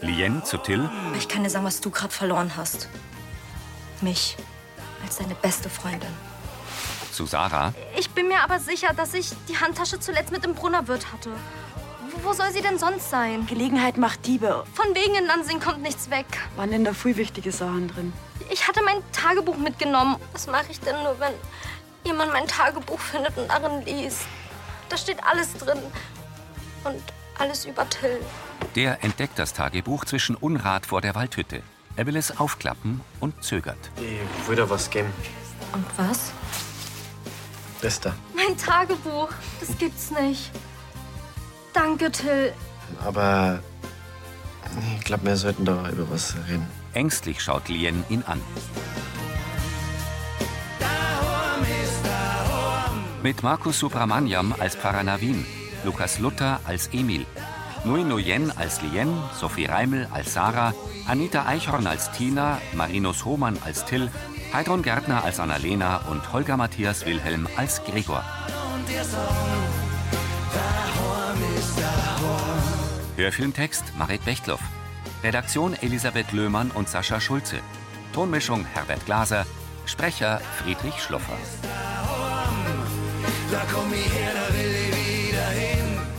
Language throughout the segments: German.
Lien zu Till. Aber ich kann dir sagen, was du gerade verloren hast. Mich. Als deine beste Freundin. Zu Sarah. Ich bin mir aber sicher, dass ich die Handtasche zuletzt mit dem Brunnerwirt hatte. Wo, wo soll sie denn sonst sein? Gelegenheit macht Diebe. Von wegen in Lansing kommt nichts weg. Waren in der Früh wichtige Sachen drin? Ich hatte mein Tagebuch mitgenommen. Was mache ich denn nur, wenn jemand mein Tagebuch findet und darin liest? Da steht alles drin. Und alles über Till. Der entdeckt das Tagebuch zwischen Unrat vor der Waldhütte. Er will es aufklappen und zögert. Ich würde was geben. Und was? Das da. Mein Tagebuch. Das gibt's nicht. Danke, Till. Aber ich glaube, wir sollten da über was reden. Ängstlich schaut Lien ihn an. Mit Markus Subramaniam als Paranavin, Lukas Luther als Emil, Nui Nguyen als Lien, Sophie Reimel als Sarah, Anita Eichhorn als Tina, Marinus Hohmann als Till, Heidrun Gärtner als Annalena und Holger Matthias Wilhelm als Gregor. Hörfilmtext Marit Bechtloff. Redaktion Elisabeth Löhmann und Sascha Schulze. Tonmischung Herbert Glaser. Sprecher Friedrich Schloffer.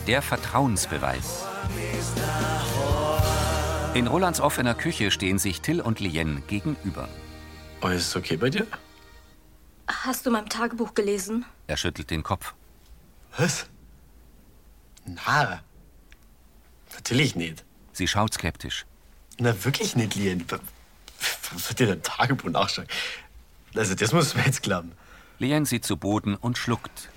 Der Vertrauensbeweis. In Rolands offener Küche stehen sich Till und Lien gegenüber. Alles Oh, okay bei dir? Hast du mein Tagebuch gelesen? Er schüttelt den Kopf. Was? Na, natürlich nicht. Sie schaut skeptisch. Na, wirklich nicht, Lien. W- w- Was hat dir dein Tagebuch nachschauen? Also, das muss mir jetzt glauben. Lien sieht zu Boden und schluckt.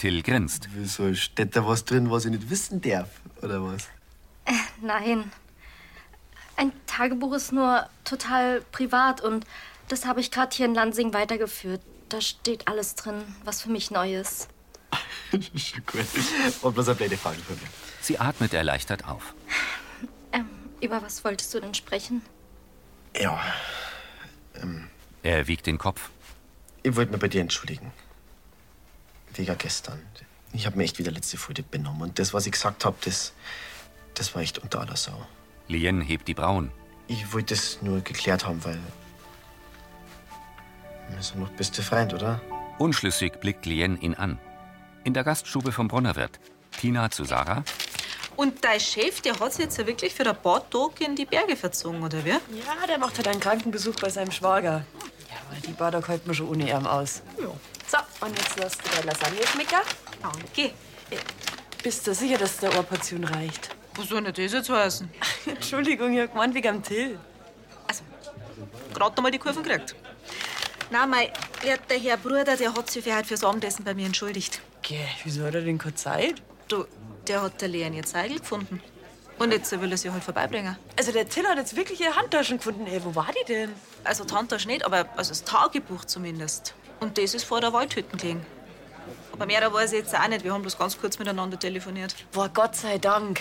Till grinst. Wieso steht da was drin, was ich nicht wissen darf, oder was? Äh, Nein. Ein Tagebuch ist nur total privat und das habe ich gerade hier in Lansing weitergeführt. Da steht alles drin, was für mich neu ist. Schon gut. Und bloß eine blöde Frage von mir. Sie atmet erleichtert auf. Ähm, über was wolltest du denn sprechen? Ja, ähm. Er wiegt den Kopf. ich wollte mich bei dir entschuldigen. Wegen gestern. Ich habe mir echt wieder letzte Folie benommen. Und das, was ich gesagt habe, das, das war echt unter aller Sau. Lien hebt die Brauen. Ich wollte das nur geklärt haben, weil. Wir sind noch beste Freund, oder? Unschlüssig blickt Lien ihn an. In der Gaststube vom Brunnerwirt. Tina zu Sarah. Und dein Chef, der hat's jetzt ja wirklich für ein paar Tage in die Berge verzogen, oder wie? Ja, der macht halt einen Krankenbesuch bei seinem Schwager. Ja, aber die Bader hält mir schon ohne Arm aus. So, und jetzt lass du deine Lasagne schmecken. Danke. Bist du sicher, dass der Ohrportion reicht? Was soll denn das jetzt heißen? Also, Entschuldigung, ich hab gemeint wegen am Till. Gerade noch mal die Kurven gekriegt. Na, mein werter Herr Bruder, der hat sich für heute fürs Abendessen bei mir entschuldigt. Geh, wieso hat er denn keine Zeit? Du, der hat der Lea jetzt Seigel gefunden. Und jetzt will er sie halt vorbeibringen. Also der Till hat jetzt wirklich ihre Handtaschen gefunden. Ey, wo war die denn? Also Tantasch nicht, aber also das Tagebuch zumindest. Und das ist vor der Waldhütte gelegen. Aber mehr da weiß ich jetzt auch nicht. Wir haben bloß ganz kurz miteinander telefoniert. Boah, Gott sei Dank.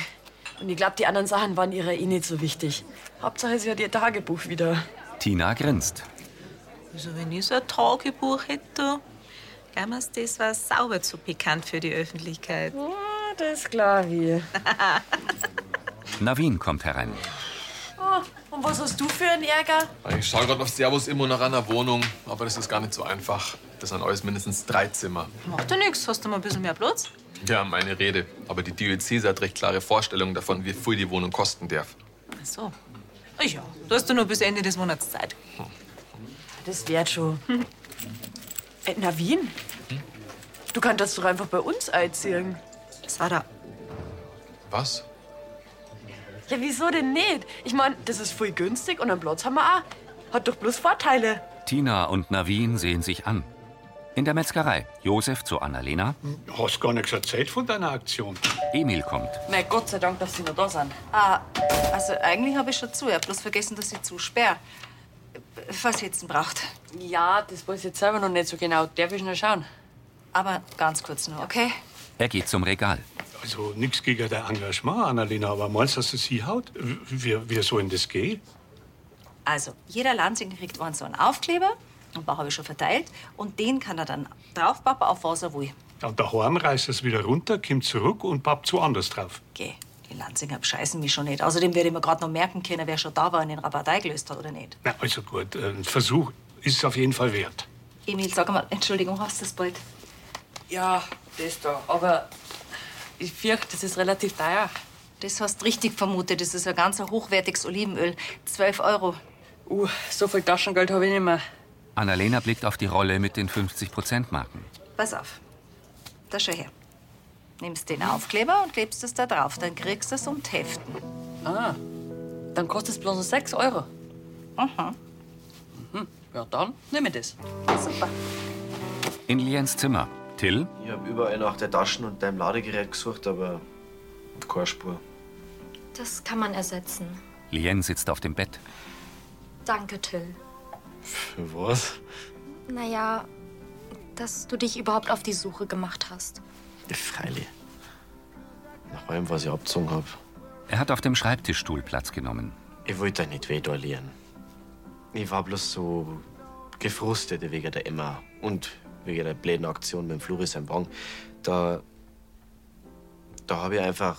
Und ich glaube, die anderen Sachen waren ihrer eh nicht so wichtig. Hauptsache, sie hat ihr Tagebuch wieder. Tina grinst. Also wenn ich so ein Tagebuch hätte, damals das war sauber zu pikant für die Öffentlichkeit. Ah, das klar wie. Ah, Navin kommt herein. und was hast du für einen Ärger? Ich schaue gerade auf Servus immer nach einer Wohnung, aber das ist gar nicht so einfach. Das sind alles mindestens drei Zimmer. Macht ja nichts, hast du mal ein bisschen mehr Platz? Ja, meine Rede. Aber die Diözese hat recht klare Vorstellungen davon, wie viel die Wohnung kosten darf. Ach so. Ah Ja, du hast ja nur bis Ende des Monats Zeit. Das wert schon. Äh, Navin? Du kannst das doch einfach bei uns einziehen. Das war da. Was? Ja, wieso denn nicht? Ich meine, das ist voll günstig und einen Platz haben wir auch. Hat doch bloß Vorteile. Tina und Navin sehen sich an. In der Metzgerei. Josef zu Annalena. Hast gar nichts erzählt von deiner Aktion. Emil kommt. Nein, Gott sei Dank, dass Sie noch da sind. Ah, also eigentlich habe ich schon zu. Ich habe bloß vergessen, dass ich zusperre. Was jetzt denn braucht. Ja, das weiß ich jetzt selber noch nicht so genau. Darf ich noch schauen? Aber ganz kurz nur, okay? Er geht zum Regal. Also nichts gegen dein Engagement, Annalena, aber meinst du, dass es sie haut? Wir, wir sollen das gehen? Also, jeder Lansing kriegt einen so einen Aufkleber. Und den habe ich schon verteilt. Und den kann er dann draufpappen, auf was er will. Und daheim reißt es wieder runter, kommt zurück und pappt so anders drauf. Geh. Die Lanzinger bescheißen mich schon nicht. Außerdem würde ich mir gerade noch merken können, wer schon da war und den Rabatt eingelöst hat oder nicht. Na, also gut, äh, ein Versuch ist es auf jeden Fall wert. Emil, sag mal, Entschuldigung, hast du das bald? Ja, das da. Aber ich fürchte, das ist relativ teuer. Das hast richtig vermutet. Das ist ein ganz hochwertiges Olivenöl. 12 Euro. Uh, so viel Taschengeld habe ich nicht mehr. Annalena blickt auf die Rolle mit den 50%-Marken. Pass auf. Da schau her. Nimmst den Aufkleber und klebst es da drauf. Dann kriegst du es um die Heften. Ah, dann kostet es bloß 6 Euro. Aha. Mhm. Ja, dann nehme ich das. Super. In Liens Zimmer. Till, Ich habe überall nach der Taschen und deinem Ladegerät gesucht, aber keine Spur. Das kann man ersetzen. Lien sitzt auf dem Bett. Danke, Till. Für was? Naja, dass du dich überhaupt auf die Suche gemacht hast. Freilich. Nach allem, was ich abgezogen habe. Er hat auf dem Schreibtischstuhl Platz genommen. Ich wollte da nicht weh verlieren. Ich war bloß so gefrustet wegen der Emma und wegen der blöden Aktion mit dem Floris im Bang. Da. Da habe ich einfach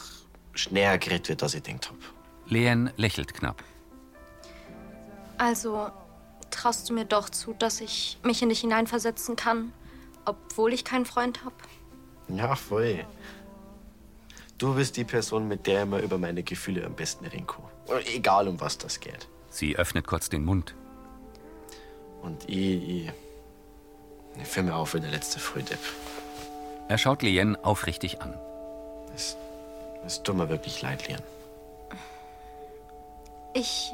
schneller geredet, wie das ich gedacht habe. Lien lächelt knapp. Also traust du mir doch zu, dass ich mich in dich hineinversetzen kann, obwohl ich keinen Freund habe? Ja, voll. Du bist die Person, mit der ich immer über meine Gefühle am besten reden kann. Egal, um was das geht. Sie öffnet kurz den Mund. Und ich. Ich, ich fühle mich auf wie der letzte Frühdepp. Er schaut Lien aufrichtig an. Es, es tut mir wirklich leid, Lian. Ich.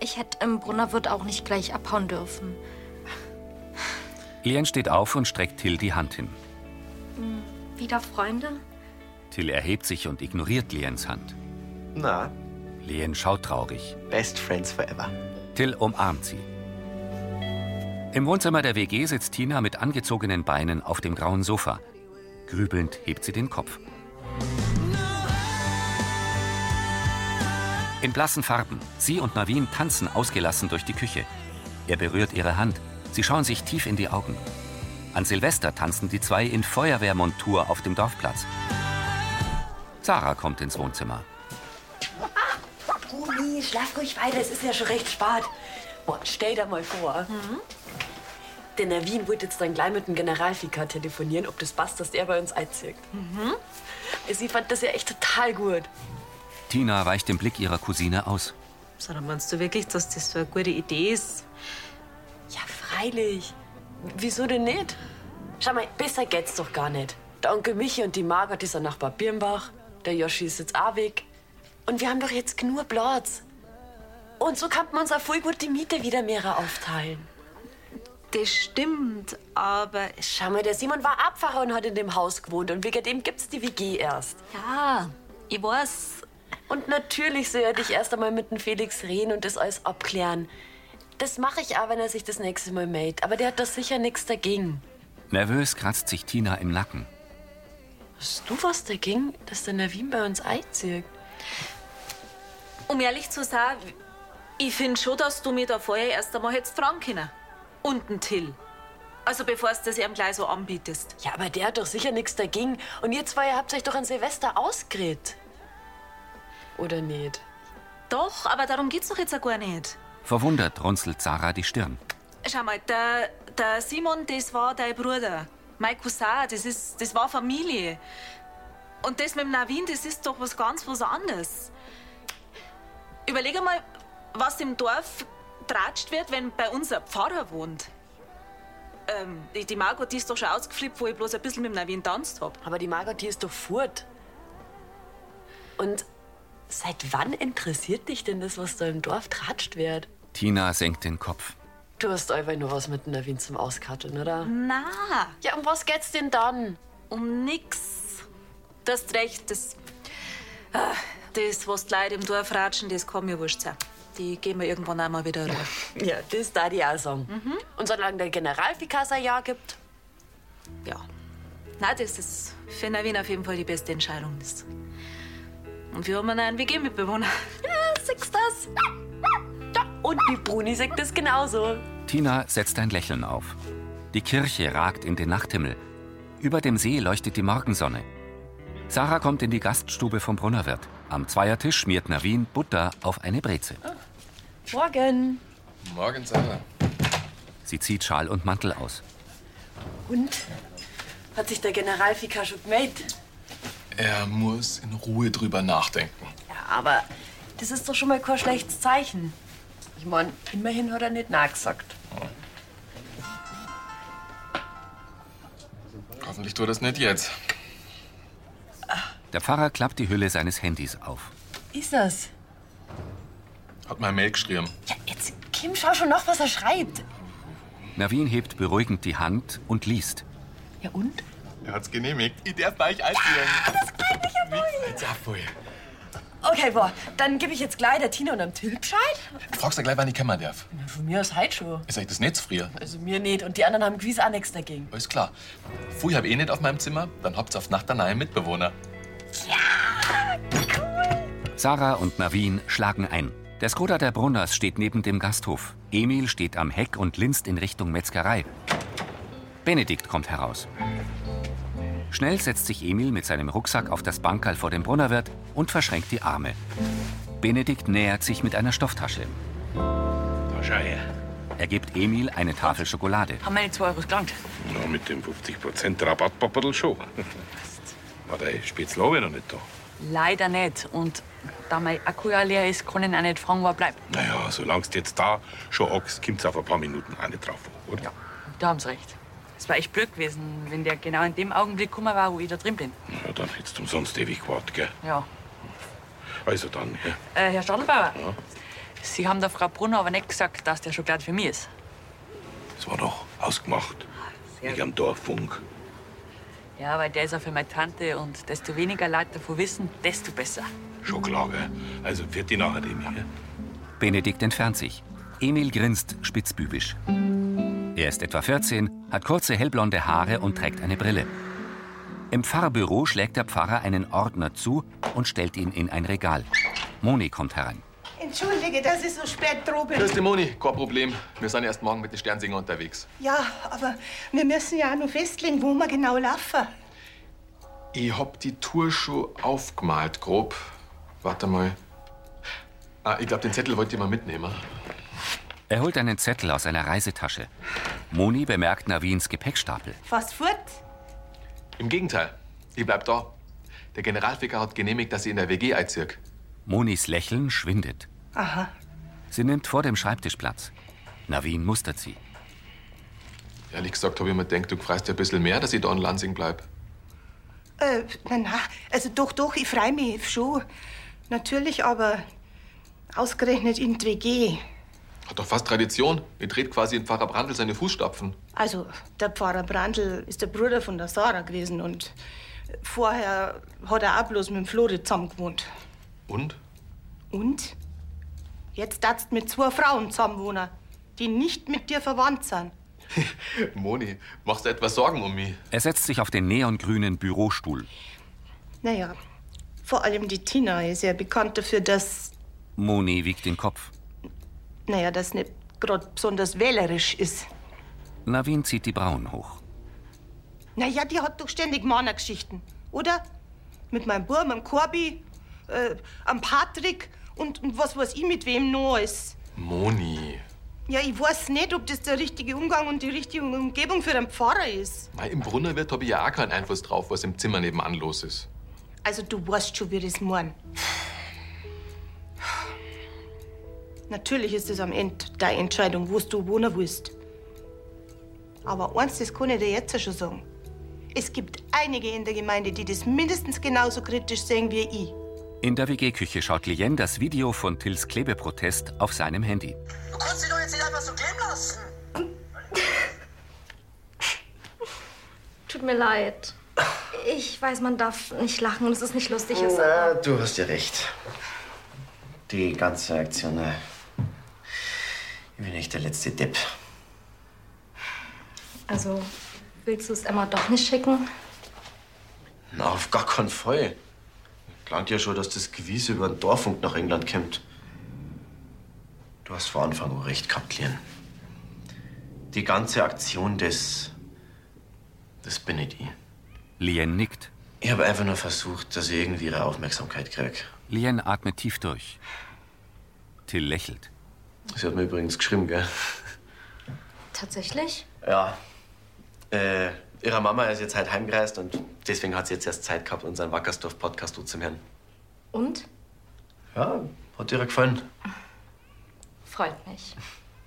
Ich hätte im Brunnerwirt auch nicht gleich abhauen dürfen. Lien steht auf und streckt Till die Hand hin. Hm, Wieder Freunde? Till erhebt sich und ignoriert Liens Hand. Na, Lien schaut traurig. best friends forever. Till umarmt sie. Im Wohnzimmer der WG sitzt Tina mit angezogenen Beinen auf dem grauen Sofa. Grübelnd hebt sie den Kopf. In blassen Farben. Sie und Navin tanzen ausgelassen durch die Küche. Er berührt ihre Hand. Sie schauen sich tief in die Augen. An Silvester tanzen die zwei in Feuerwehrmontur auf dem Dorfplatz. Sarah kommt ins Wohnzimmer. Rumi, schlaf ruhig weiter, es ist ja schon recht spät. Boah, stell dir mal vor. Der Navin wollte jetzt dann gleich mit dem Generalvikar telefonieren, ob das passt, dass der bei uns einzieht. Sie fand das ja echt total gut. Tina weicht dem Blick ihrer Cousine aus. Sarah, meinst du wirklich, dass das so eine gute Idee ist? Ja, freilich. Wieso denn nicht? Schau mal, besser geht's doch gar nicht. Der Onkel Michi und die Margot ist ein Nachbar Birnbach. Der Joschi ist jetzt auch weg. Und wir haben doch jetzt genug Platz. Und so kann man uns auch voll gut die Miete wieder mehrer aufteilen. Das stimmt, aber Schau mal, der Simon war Abfacher und hat in dem Haus gewohnt. Und wegen dem gibt's die WG erst. Ah, Ja, ich weiß. Und natürlich soll er dich erst einmal mit dem Felix reden und das alles abklären. Das mache ich auch, wenn er sich das nächste Mal meldet. Aber der hat doch sicher nichts dagegen. Nervös kratzt sich Tina im Nacken. Hast du was dagegen, dass der Navin bei uns einzieht? um ehrlich zu sein, ich finde schon, dass du mir da vorher erst einmal hättest fragen können. Und den Till. Also bevor du das ihm gleich so anbietest. Ja, aber der hat doch sicher nichts dagegen. Und ihr zwei habt euch doch an Silvester ausgeredet. Oder nicht? Doch, aber darum geht's doch jetzt auch gar nicht. Verwundert runzelt Sarah die Stirn. Schau mal, der, der Simon, das war dein Bruder. Mein Cousin, das, ist, das war Familie. Und das mit dem Navin, das ist doch was ganz was anderes. Überleg mal, was im Dorf tratscht wird, wenn bei uns ein Pfarrer wohnt. Ähm, die, die Margot, die ist doch schon ausgeflippt, wo ich bloß ein bisschen mit dem Navin tanzt hab. Aber die Margot, die ist doch furt. Und seit wann interessiert dich denn das, was da im Dorf tratscht wird? Tina senkt den Kopf. Du hast einfach nur was mit dem Navin zum Auskatteln, oder? Mhm. Na, Ja, um was geht's denn dann? um nix. Du hast recht, das. ah, Das, was die Leute im Dorf ratschen, das kann mir wurscht sein. Die gehen wir irgendwann einmal wieder rüber. Ja, das da die auch also. sagen. Und solange der Generalvikar sein Ja gibt, Ja. Na, das ist für Navin auf jeden Fall die beste Entscheidung. Das. Und wir haben einen WG-Mitbewohner. ja, siehst das. Ja, und die Bruni sagt das genauso. Tina setzt ein Lächeln auf. Die Kirche ragt in den Nachthimmel. Über dem See leuchtet die Morgensonne. Sarah kommt in die Gaststube vom Brunnerwirt. Am Zweiertisch schmiert Navin Butter auf eine Breze. Morgen. Morgen, Sarah. Sie zieht Schal und Mantel aus. Und? Hat sich der Generalvikar schon gemeldet? Er muss in Ruhe drüber nachdenken. Ja, aber das ist doch schon mal kein schlechtes Zeichen. Ich meine, immerhin hat er nicht nachgesagt. Hoffentlich tut er das nicht jetzt. Der Pfarrer klappt die Hülle seines Handys auf. Ist das? Hat mein Mail geschrieben. Jetzt, Kim, schau schon noch, was er schreibt. Navin hebt beruhigend die Hand und liest. Ja, und? Er hat's genehmigt. Ich darf bei euch einspielen. Ja, voll. Okay, boah, dann gebe ich jetzt gleich der Tina und am Till Bescheid. Fragst du gleich, wann ich kommen darf? Von mir aus halt schon. Ist euch das nicht zu früh? Also mir nicht. Und die anderen haben gewiss auch nichts dagegen. Alles klar. Früh hab eh nicht auf meinem Zimmer, dann habt's auf Nacht an einen Mitbewohner. Sarah und Navin schlagen ein. Der Skoda der Brunners steht neben dem Gasthof. Emil steht am Heck und linst in Richtung Metzgerei. Benedikt kommt heraus. Schnell setzt sich Emil mit seinem Rucksack auf das Bankerl vor dem Brunnerwirt und verschränkt die Arme. Benedikt nähert sich mit einer Stofftasche. Da schau her. Er gibt Emil eine Tafel Schokolade. Haben meine 2 Euro gelangt? Na, mit dem 50% Rabattpapperl schon. War der Spätzlaube noch nicht da? Leider nicht. Und da mein Akku ja leer ist, kann ich ihn auch nicht fragen, wo er bleibt. Naja, solange du jetzt da schon hockst, kommt's auf ein paar Minuten auch nicht drauf, an, oder? Ja. Da haben sie recht. Es war echt blöd gewesen, wenn der genau in dem Augenblick gekommen war, wo ich da drin bin. ja dann hättest du umsonst ewig gewartet, gell? Ja. Also dann, ja. Äh, Herr Stadelbauer, ja. Sie haben der Frau Brunner aber nicht gesagt, dass der Schokolade für mich ist. Das war doch ausgemacht. Wegen am Dorffunk. Ja, weil der ist ja für meine Tante und desto weniger Leute davon wissen, desto besser. Schon klar, gell? Also für die nachher dem hier. Benedikt entfernt sich. Emil grinst spitzbübisch. Er ist etwa 14, hat kurze hellblonde Haare und trägt eine Brille. Im Pfarrbüro schlägt der Pfarrer einen Ordner zu und stellt ihn in ein Regal. Moni kommt herein. Entschuldige, dass ich so spät droh bin. Grüß dich, Moni. Kein Problem. Wir sind erst morgen mit den Sternsinger unterwegs. Ja, aber wir müssen ja auch noch festlegen, wo wir genau laufen. Ich hab die Tour schon aufgemalt, grob. Warte mal. Ah, ich glaube, den Zettel wollt ihr mal mitnehmen. Er holt einen Zettel aus einer Reisetasche. Moni bemerkt Navins Gepäckstapel. Fast fort? Im Gegenteil. Ich bleib da. Der Generalvikar hat genehmigt, dass ich in der WG einzirk. Monis Lächeln schwindet. Aha. Sie nimmt vor dem Schreibtisch Platz. Navin mustert sie. Ehrlich gesagt habe ich mir gedacht, du freust ja ein bisschen mehr, dass ich da in Lansing bleib. Äh, na, na, also doch, doch, ich freue mich schon. Natürlich, aber ausgerechnet in die WG. Hat doch fast Tradition. Ich trete quasi in Pfarrer Brandl seine Fußstapfen. Also, der Pfarrer Brandl ist der Bruder von der Sarah gewesen und vorher hat er auch bloß mit dem Flori zusammen gewohnt. Und? Und? Jetzt darfst du mit zwei Frauen zusammenwohnen, die nicht mit dir verwandt sind. Moni, machst du etwas Sorgen um mich? Er setzt sich auf den neongrünen Bürostuhl. Naja, vor allem die Tina ist ja bekannt dafür, dass, Moni wiegt den Kopf. naja, das nicht gerade besonders wählerisch ist. Navin zieht die Brauen hoch. Naja, die hat doch ständig Männergeschichten, oder? Mit meinem Bub, am Corby, äh, am Patrick und, und was weiß ich mit wem noch alles. Moni. Ja, ich weiß nicht, ob das der richtige Umgang und die richtige Umgebung für einen Pfarrer ist. Mei, Im Brunnerwirt habe ich ja auch keinen Einfluss drauf, was im Zimmer nebenan los ist. Also, du weißt schon, wie das mein. Natürlich ist es am Ende deine Entscheidung, wo du wohnen willst. Aber eins, das kann ich dir jetzt schon sagen. Es gibt einige in der Gemeinde, die das mindestens genauso kritisch sehen wie ich. In der WG-Küche schaut Lien das Video von Tills Klebeprotest auf seinem Handy. Du kannst dich doch jetzt nicht einfach so gehen lassen. Tut mir leid. Ich weiß, man darf nicht lachen und es ist nicht lustig. Es Na, du hast ja recht. Die ganze Aktion. äh, Ich bin echt der letzte Depp. Also, willst du es Emma doch nicht schicken? Na, auf gar keinen Fall. Klangt ja schon, dass das Gewiese über den Dorfunk nach England kommt. Du hast vor Anfang auch recht gehabt, Lien. Die ganze Aktion, das. das bin nicht ich. Lien nickt. Ich habe einfach nur versucht, dass ich irgendwie ihre Aufmerksamkeit krieg. Lien atmet tief durch. Till lächelt. Sie hat mir übrigens geschrieben, gell? Tatsächlich? Ja. Äh, ihre Mama ist jetzt halt heimgereist und deswegen hat sie jetzt erst Zeit gehabt, unseren Wackersdorf-Podcast zu hören. Und? Ja, hat ihr gefallen. Freut mich.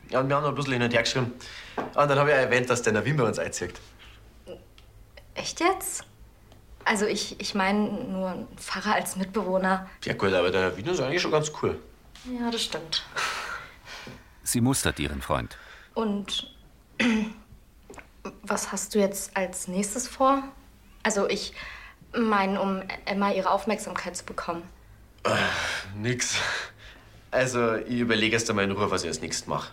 Ja, und wir haben noch ein bisschen hin und her geschrieben. Und dann habe ich auch erwähnt, dass der Navin bei uns einzieht. Echt jetzt? Also ich, ich meine nur einen Pfarrer als Mitbewohner. Ja gut, aber der Navin ist eigentlich schon ganz cool. Ja, das stimmt. Sie mustert ihren Freund. Und was hast du jetzt als nächstes vor? Also ich meine, um Emma ihre Aufmerksamkeit zu bekommen. Nix. Also, ich überlege erst einmal in Ruhe, was ich als nächstes mache.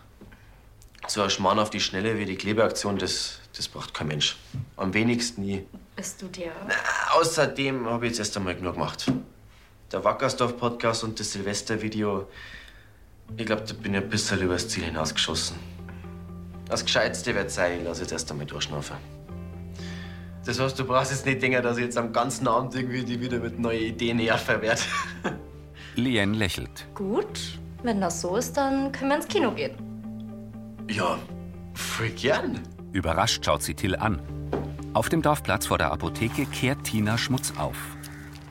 So ein Schmarrn auf die Schnelle wie die Klebeaktion, das, das braucht kein Mensch. Am wenigsten nie. Bist du dir? Außerdem habe ich jetzt erst einmal genug gemacht. Der Wackersdorf-Podcast und das Silvester-Video. Ich glaube, da bin ich ein bisschen übers Ziel hinausgeschossen. Das Gescheitste wird sein, ich lasse jetzt erst einmal durchschnaufen. Das heißt, du brauchst jetzt nicht denken, dass ich jetzt am ganzen Abend irgendwie die wieder mit neuen Ideen nerven werde. Lien lächelt. Gut, wenn das so ist, dann können wir ins Kino gehen. Ja, voll gern. Überrascht schaut sie Till an. Auf dem Dorfplatz vor der Apotheke kehrt Tina Schmutz auf.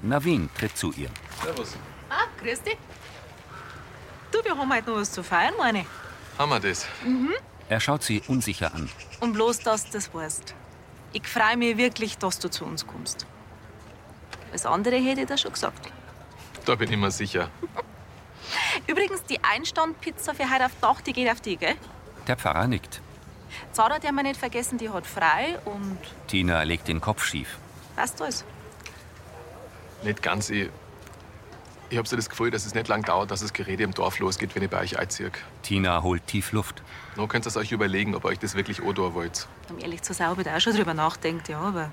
Navin tritt zu ihr. Servus. Ah, grüß dich. Du, wir haben heute noch was zu feiern, meine ich. Haben wir das? Mhm. Er schaut sie unsicher an. Und bloß, dass du das weißt. Ich freue mich wirklich, dass du zu uns kommst. Alles andere hätte ich dir schon gesagt. Da bin ich mir sicher. Übrigens, die Einstandpizza für heute auf Dach, die geht auf die, gell? Der Pfarrer nickt. Zara, die haben wir nicht vergessen, die hat frei und Tina legt den Kopf schief. passt alles. Nicht ganz. Ich, ich habe so das Gefühl, dass es nicht lang dauert, dass das Gerede im Dorf losgeht, wenn ich bei euch einziehe. Tina holt tief Luft. Noch könnt ihr es euch überlegen, ob ihr euch das wirklich odor wollt. Um ehrlich zu sein, habe ich da auch schon drüber nachdenkt, ja, aber.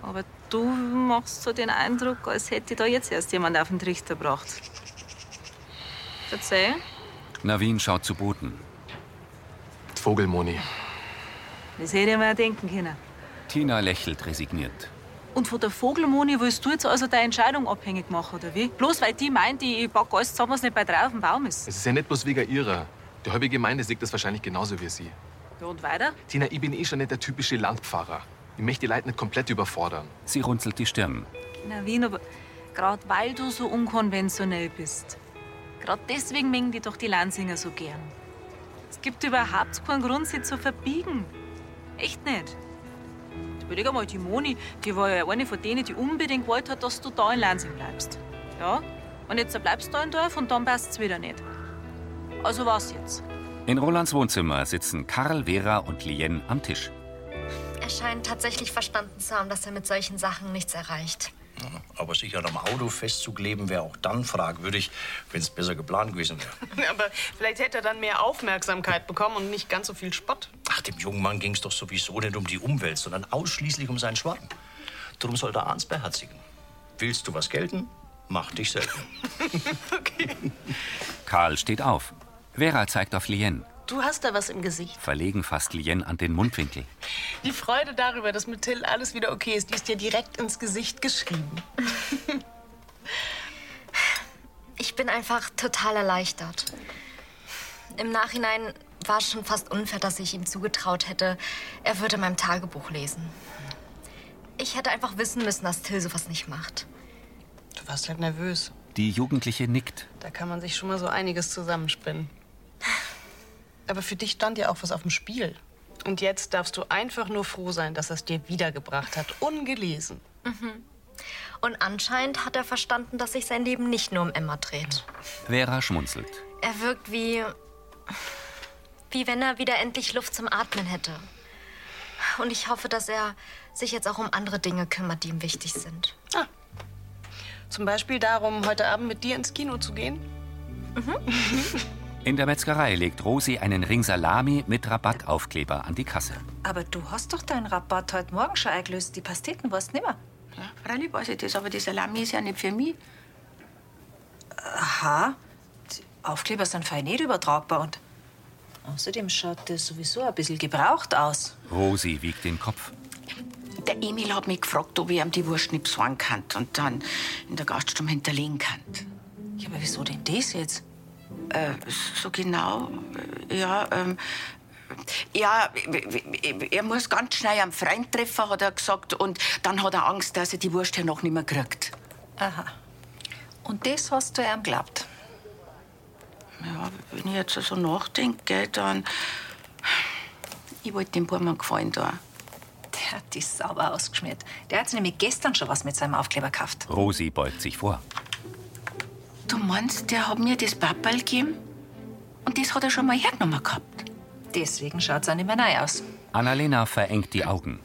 Aber du machst so den Eindruck, als hätte da jetzt erst jemand auf den Trichter gebracht. Verzeih? Navin schaut zu Boden. Vogelmoni. Das hätte ich mir auch denken können. Tina lächelt resigniert. Und von der Vogelmoni willst du jetzt also deine Entscheidung abhängig machen, oder wie? Bloß weil die meint, ich pack alles zusammen, was nicht bei drei auf dem Baum ist. Es ist ja nicht bloß wegen ihrer. Die halbe Gemeinde sieht das wahrscheinlich genauso wie sie. Ja, und weiter? Tina, ich bin eh schon nicht der typische Landpfarrer. Ich möchte die Leute nicht komplett überfordern. Sie runzelt die Stirn. Na, Wien, aber gerade weil du so unkonventionell bist, gerade deswegen mengen die doch die Lansinger so gern. Es gibt überhaupt keinen Grund, sie zu verbiegen. Echt nicht. Und Überleg einmal, die Moni, die war ja eine von denen, die unbedingt wollte hat, dass du da in Lansing bleibst. Ja? Und jetzt bleibst du da im Dorf und dann passt's wieder nicht. Also was jetzt? In Rolands Wohnzimmer sitzen Karl, Vera und Lien am Tisch. Er scheint tatsächlich verstanden zu haben, dass er mit solchen Sachen nichts erreicht. Aber sich an einem Auto festzukleben, wäre auch dann fragwürdig, wenn es besser geplant gewesen wäre. Aber vielleicht hätte er dann mehr Aufmerksamkeit bekommen und nicht ganz so viel Spott. Ach, dem jungen Mann ging es doch sowieso nicht um die Umwelt, sondern ausschließlich um seinen Schwarm. Drum soll der Arns beherzigen. Willst du was gelten? Mach dich selten. Karl steht auf. Vera zeigt auf Lien. Du hast da was im Gesicht. Verlegen fasst Lien an den Mundwinkel. Die Freude darüber, dass mit Till alles wieder okay ist, die ist dir direkt ins Gesicht geschrieben. Ich bin einfach total erleichtert. Im Nachhinein war es schon fast unfair, dass ich ihm zugetraut hätte, er würde mein Tagebuch lesen. Ich hätte einfach wissen müssen, dass Till sowas nicht macht. Du warst halt nervös. Die Jugendliche nickt. Da kann man sich schon mal so einiges zusammenspinnen. Aber für dich stand ja auch was auf dem Spiel. Und jetzt darfst du einfach nur froh sein, dass er es dir wiedergebracht hat, ungelesen. Mhm. Und anscheinend hat er verstanden, dass sich sein Leben nicht nur um Emma dreht. Vera schmunzelt. Er wirkt wie. wie wenn er wieder endlich Luft zum Atmen hätte. Und ich hoffe, dass er sich jetzt auch um andere Dinge kümmert, die ihm wichtig sind. Ah. Zum Beispiel darum, heute Abend mit dir ins Kino zu gehen. In der Metzgerei legt Rosi einen Ring Salami mit Rabattaufkleber an die Kasse. Aber du hast doch deinen Rabatt heute Morgen schon eingelöst. Die Pasteten warst nimmer. Ja, freilich weiß ich das, aber die Salami ist ja nicht für mich. Aha. Die Aufkleber sind fein nicht übertragbar und außerdem schaut das sowieso ein bisschen gebraucht aus. Rosi wiegt den Kopf. Der Emil hat mich gefragt, ob ich ihm die Wurst nicht besorgen kann und dann in der Gaststube hinterlegen kann. Ja, aber wieso denn das jetzt? Äh, so genau, äh, ja, ähm, ja, er muss ganz schnell einen Freund treffen, hat er gesagt. Und dann hat er Angst, dass er die Wurst ja noch nicht mehr kriegt. Aha. Und das hast du ihm geglaubt? Ja, wenn ich jetzt so also nachdenke, gell, dann. Ich wollte dem Burmann gefallen da. Der hat die sauber ausgeschmiert. Der hat sich nämlich gestern schon was mit seinem Aufkleber gekauft. Rosi beugt sich vor. Du meinst, der hat mir das Papperl gegeben? Und das hat er schon mal hergenommen gehabt. Deswegen schaut's auch nicht mehr neu aus. Annalena verengt die Augen.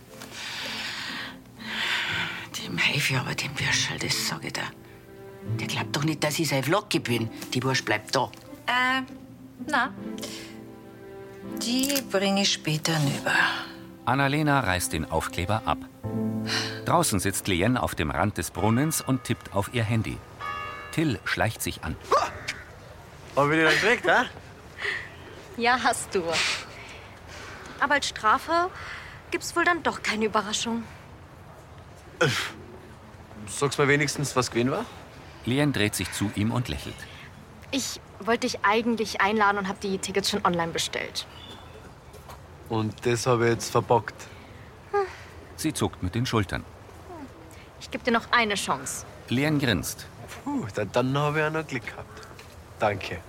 Dem helfe ich aber dem Würschel, das sage ich dir. Der glaubt doch nicht, dass ich sein Vlog bin. Die Wurst bleibt da. Äh, na. Die bringe ich später rüber. Annalena reißt den Aufkleber ab. Draußen sitzt Lien auf dem Rand des Brunnens und tippt auf ihr Handy. Till schleicht sich an. Hab ich dich gekriegt, hä? Ja, hast du. Aber als Strafe gibt's wohl dann doch keine Überraschung. Sag's mir wenigstens, was gewesen war. Lien dreht sich zu ihm und lächelt. Ich wollte dich eigentlich einladen und habe die Tickets schon online bestellt. Und das habe ich jetzt verbockt. Sie zuckt mit den Schultern. Ich gebe dir noch eine Chance. Lien grinst. Puh, da, dann habe ich auch noch Glück gehabt. Danke.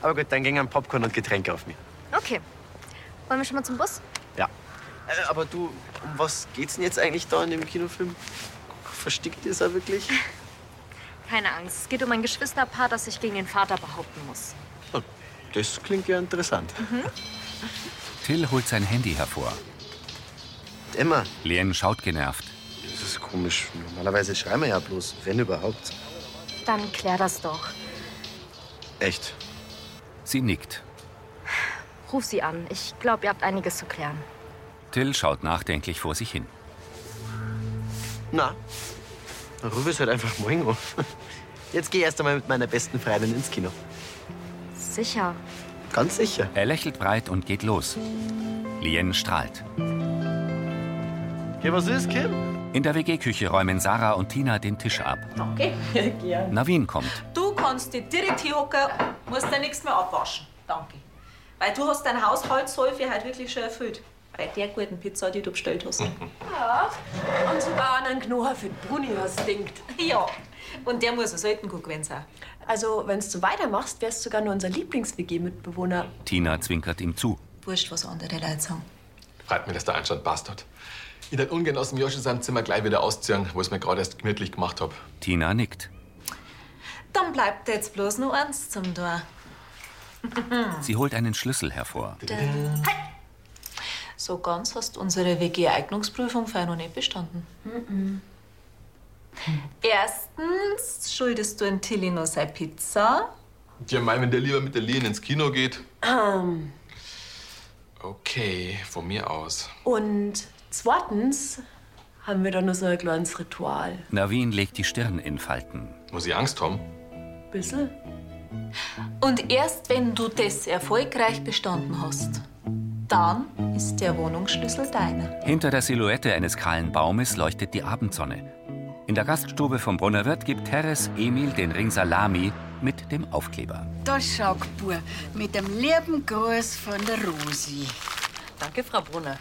Aber gut, dann gingen Popcorn und Getränke auf mich. Okay. Wollen wir schon mal zum Bus? Ja. Äh, aber du, um was geht's denn jetzt eigentlich da in dem Kinofilm? Verstickt ist er wirklich? Keine Angst. Es geht um ein Geschwisterpaar, das sich gegen den Vater behaupten muss. Das klingt ja interessant. Till holt sein Handy hervor. Emma. Lien schaut genervt. Das ist komisch. Normalerweise schreiben wir ja bloß, wenn überhaupt. Dann klär das doch. Echt? Sie nickt. Ruf sie an. Ich glaube, ihr habt einiges zu klären. Till schaut nachdenklich vor sich hin. Na, dann ruf es halt einfach morgen an. Jetzt geh erst einmal mit meiner besten Freundin ins Kino. Sicher. Ganz sicher. Er lächelt breit und geht los. Lien strahlt. Hey, was ist, Kim? In der WG-Küche räumen Sarah und Tina den Tisch ab. Okay. Navin kommt. Du kannst dich direkt hinhocken, musst dir nichts mehr abwaschen. Danke. Weil du hast dein Haushaltssoll für heute wirklich schon erfüllt. Bei der guten Pizza, die du bestellt hast. Ja, und sogar einen Knochen für den Bruni, was stinkt. Ja, und der muss selten gut gewesen sein. Also, wenn du weitermachst, wärst du sogar nur unser Lieblings-WG-Mitbewohner. Tina zwinkert ihm zu. Wurscht, was andere Leute sagen. Freut mich, dass der Anstand passt hat. Ich würde ungern aus dem Joschi seinem Zimmer gleich wieder ausziehen, wo ich mir gerade erst gemütlich gemacht habe. Tina nickt. Dann bleibt jetzt bloß nur eins zum Tor. Sie holt einen Schlüssel hervor. So ganz hast unsere WG-Eignungsprüfung fein noch nicht bestanden. Erstens schuldest du an Tilly noch seine Pizza. Ja, mein, wenn der lieber mit der Lien ins Kino geht. Ähm, Okay, von mir aus. Und zweitens haben wir da noch so ein kleines Ritual. Navin legt die Stirn in Falten. Muss ich Angst haben? Bissel? Und erst wenn du das erfolgreich bestanden hast, dann ist der Wohnungsschlüssel deiner. Hinter der Silhouette eines kahlen Baumes leuchtet die Abendsonne. In der Gaststube vom Brunnerwirt gibt Teres Emil den Ring Salami mit dem Aufkleber. Da schau, Bub, mit dem lieben Gruß von der Rosi. Danke, Frau Brunner.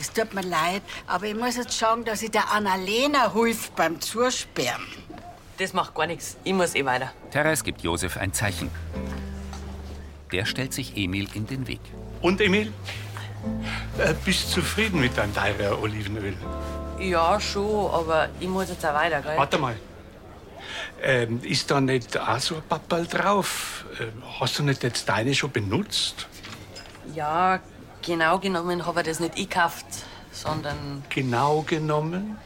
Es tut mir leid, aber ich muss jetzt schauen, dass ich der Annalena hilf beim Zusperren. Das macht gar nichts. Ich muss eh weiter. Teres gibt Josef ein Zeichen. Der stellt sich Emil in den Weg. Und Emil? Äh, Bist zufrieden mit deinem teuren Olivenöl? Ja, schon, aber ich muss jetzt auch weiter, gell? Warte mal. Ähm, ist da nicht auch so ein Papperl drauf? Äh, hast du nicht jetzt deine schon benutzt? Ja, genau genommen habe ich das nicht gekauft, sondern Genau genommen?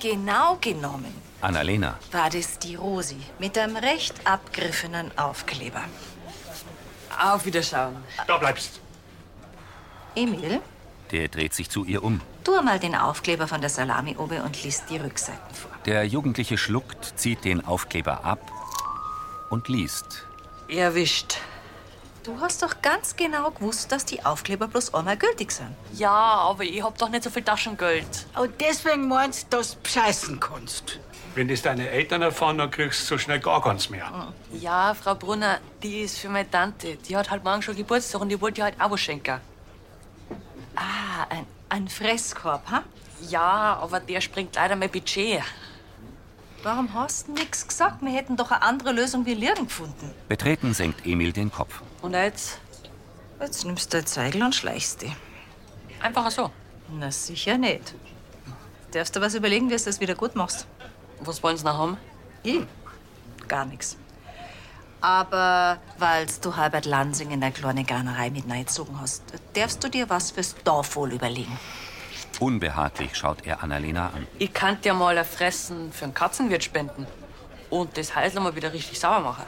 Genau genommen Annalena. war das die Rosi mit einem recht abgriffenen Aufkleber. auf Wiederschauen. Da bleibst. Emil, Der dreht sich zu ihr um. tu mal den Aufkleber von der Salami oben und liest die Rückseiten vor. Der Jugendliche schluckt, zieht den Aufkleber ab und liest. Erwischt. Du hast doch ganz genau gewusst, dass die Aufkleber bloß einmal gültig sind. Ja, aber ich hab doch nicht so viel Taschengeld. Und deswegen meinst du, dass du bescheißen kannst. Wenn das deine Eltern erfahren, dann kriegst du so schnell gar keins mehr. Ja, Frau Brunner, die ist für meine Tante. Die hat halt morgen schon Geburtstag und die wollte ihr halt auch was schenken. Ah, ein, ein Fresskorb, ha? Ja, aber der springt leider mein Budget. Warum hast du nichts gesagt? Wir hätten doch eine andere Lösung wie Lirren gefunden. Betreten senkt Emil den Kopf. Und jetzt? Jetzt nimmst du ein Zeigel und schleichst die. Einfach so. Na sicher nicht. Darfst du was überlegen, wie du das wieder gut machst? Was wollen Sie noch haben? Ich? Gar nichts. Aber weil du Herbert Lansing in der kleinen Garnerei mit reingezogen hast, darfst du dir was fürs Dorf wohl überlegen. Unbehaglich schaut er Annalena an. Ich kann dir mal ein Fressen für einen Katzenwirt spenden. Und das Häusl mal wieder richtig sauber machen.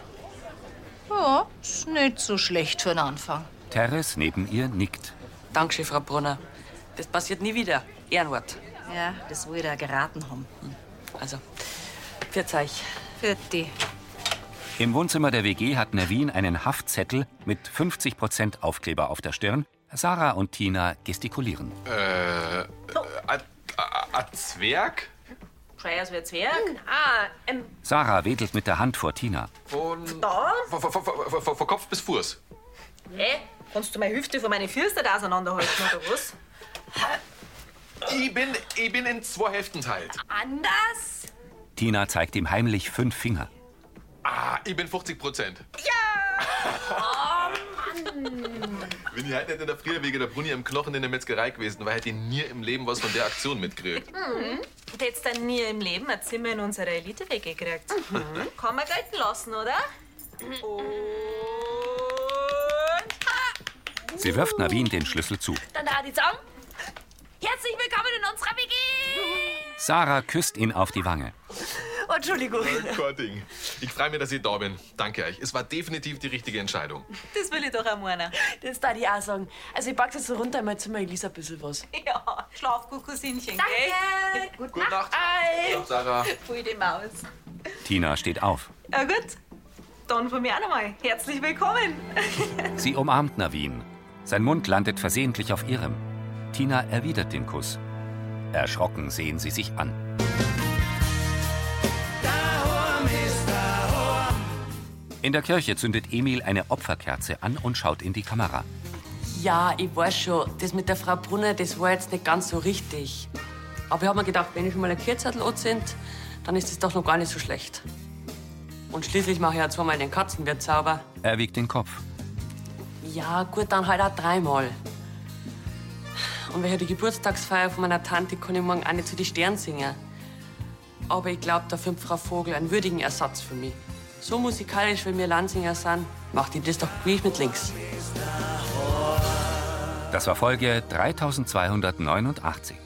Ja, ist nicht so schlecht für einen Anfang. Teres neben ihr nickt. Dankeschön, Frau Brunner. Das passiert nie wieder. Ehrenwort. Ja, das will ich dir geraten haben. Also, für euch. Für die. Im Wohnzimmer der WG hat Nervin einen Haftzettel mit 50% Aufkleber auf der Stirn. Sarah und Tina gestikulieren. Äh, äh, a, a, a Zwerg? Scheiers wird's Zwerg? Ah, ähm, Sarah wedelt mit der Hand vor Tina. Von, da? von, von, von, von, von, von Kopf bis Fuß. Hä? Kannst du meine Hüfte von meinen Füßen nicht auseinanderhalten, oder was? Ich bin, ich bin in zwei Hälften teilt. Anders? Tina zeigt ihm heimlich fünf Finger. Ah, ich bin 50 Prozent. Ja! Oh Mann! Wenn ich heute nicht in der Früh wegen der Bruni am Knochen in der Metzgerei gewesen war, hätte ich nie im Leben was von der Aktion mitgekriegt. Mhm. Und hättest dann nie im Leben ein Zimmer in unserer Elite weggekriegt. Mhm. Kann man gelten lassen, oder? Sie wirft Navin den Schlüssel zu. Dann da die Zang. Herzlich willkommen in unserer WG! Sarah küsst ihn auf die Wange. Entschuldigung. Kein Ding. Ich freue mich, dass ich da bin. Danke euch. Es war definitiv die richtige Entscheidung. Das will ich doch am Morgen. Das darf ich auch sagen. Also, ich pack's jetzt so runter in mein Zimmer, ich lese ein bisschen was. Ja, schlaf gut, Cousinchen, Danke. gell? Gute Gute Nacht. Nacht. Ei. Gute Nacht, Sarah. Pfui die Maus. Tina steht auf. Ja, gut. Dann von mir auch nochmal. Herzlich willkommen. Sie umarmt Navin. Sein Mund landet versehentlich auf ihrem. Tina erwidert den Kuss. Erschrocken sehen sie sich an. In der Kirche zündet Emil eine Opferkerze an und schaut in die Kamera. Ja, ich weiß schon, das mit der Frau Brunner, das war jetzt nicht ganz so richtig. Aber ich habe mir gedacht, wenn ich schon mal ein Kehrzettel sind, dann ist das doch noch gar nicht so schlecht. Und schließlich mache ich ja zweimal den Katzenwirt sauber. Er wiegt den Kopf. Ja, gut, dann halt auch dreimal. Und welche die Geburtstagsfeier von meiner Tante kann ich morgen auch nicht zu die Stern singen. Aber ich glaube, da findet Frau Vogel einen würdigen Ersatz für mich. So musikalisch wie wir Lansinger sind, macht ihm das doch gleich mit links. Das war Folge 3289.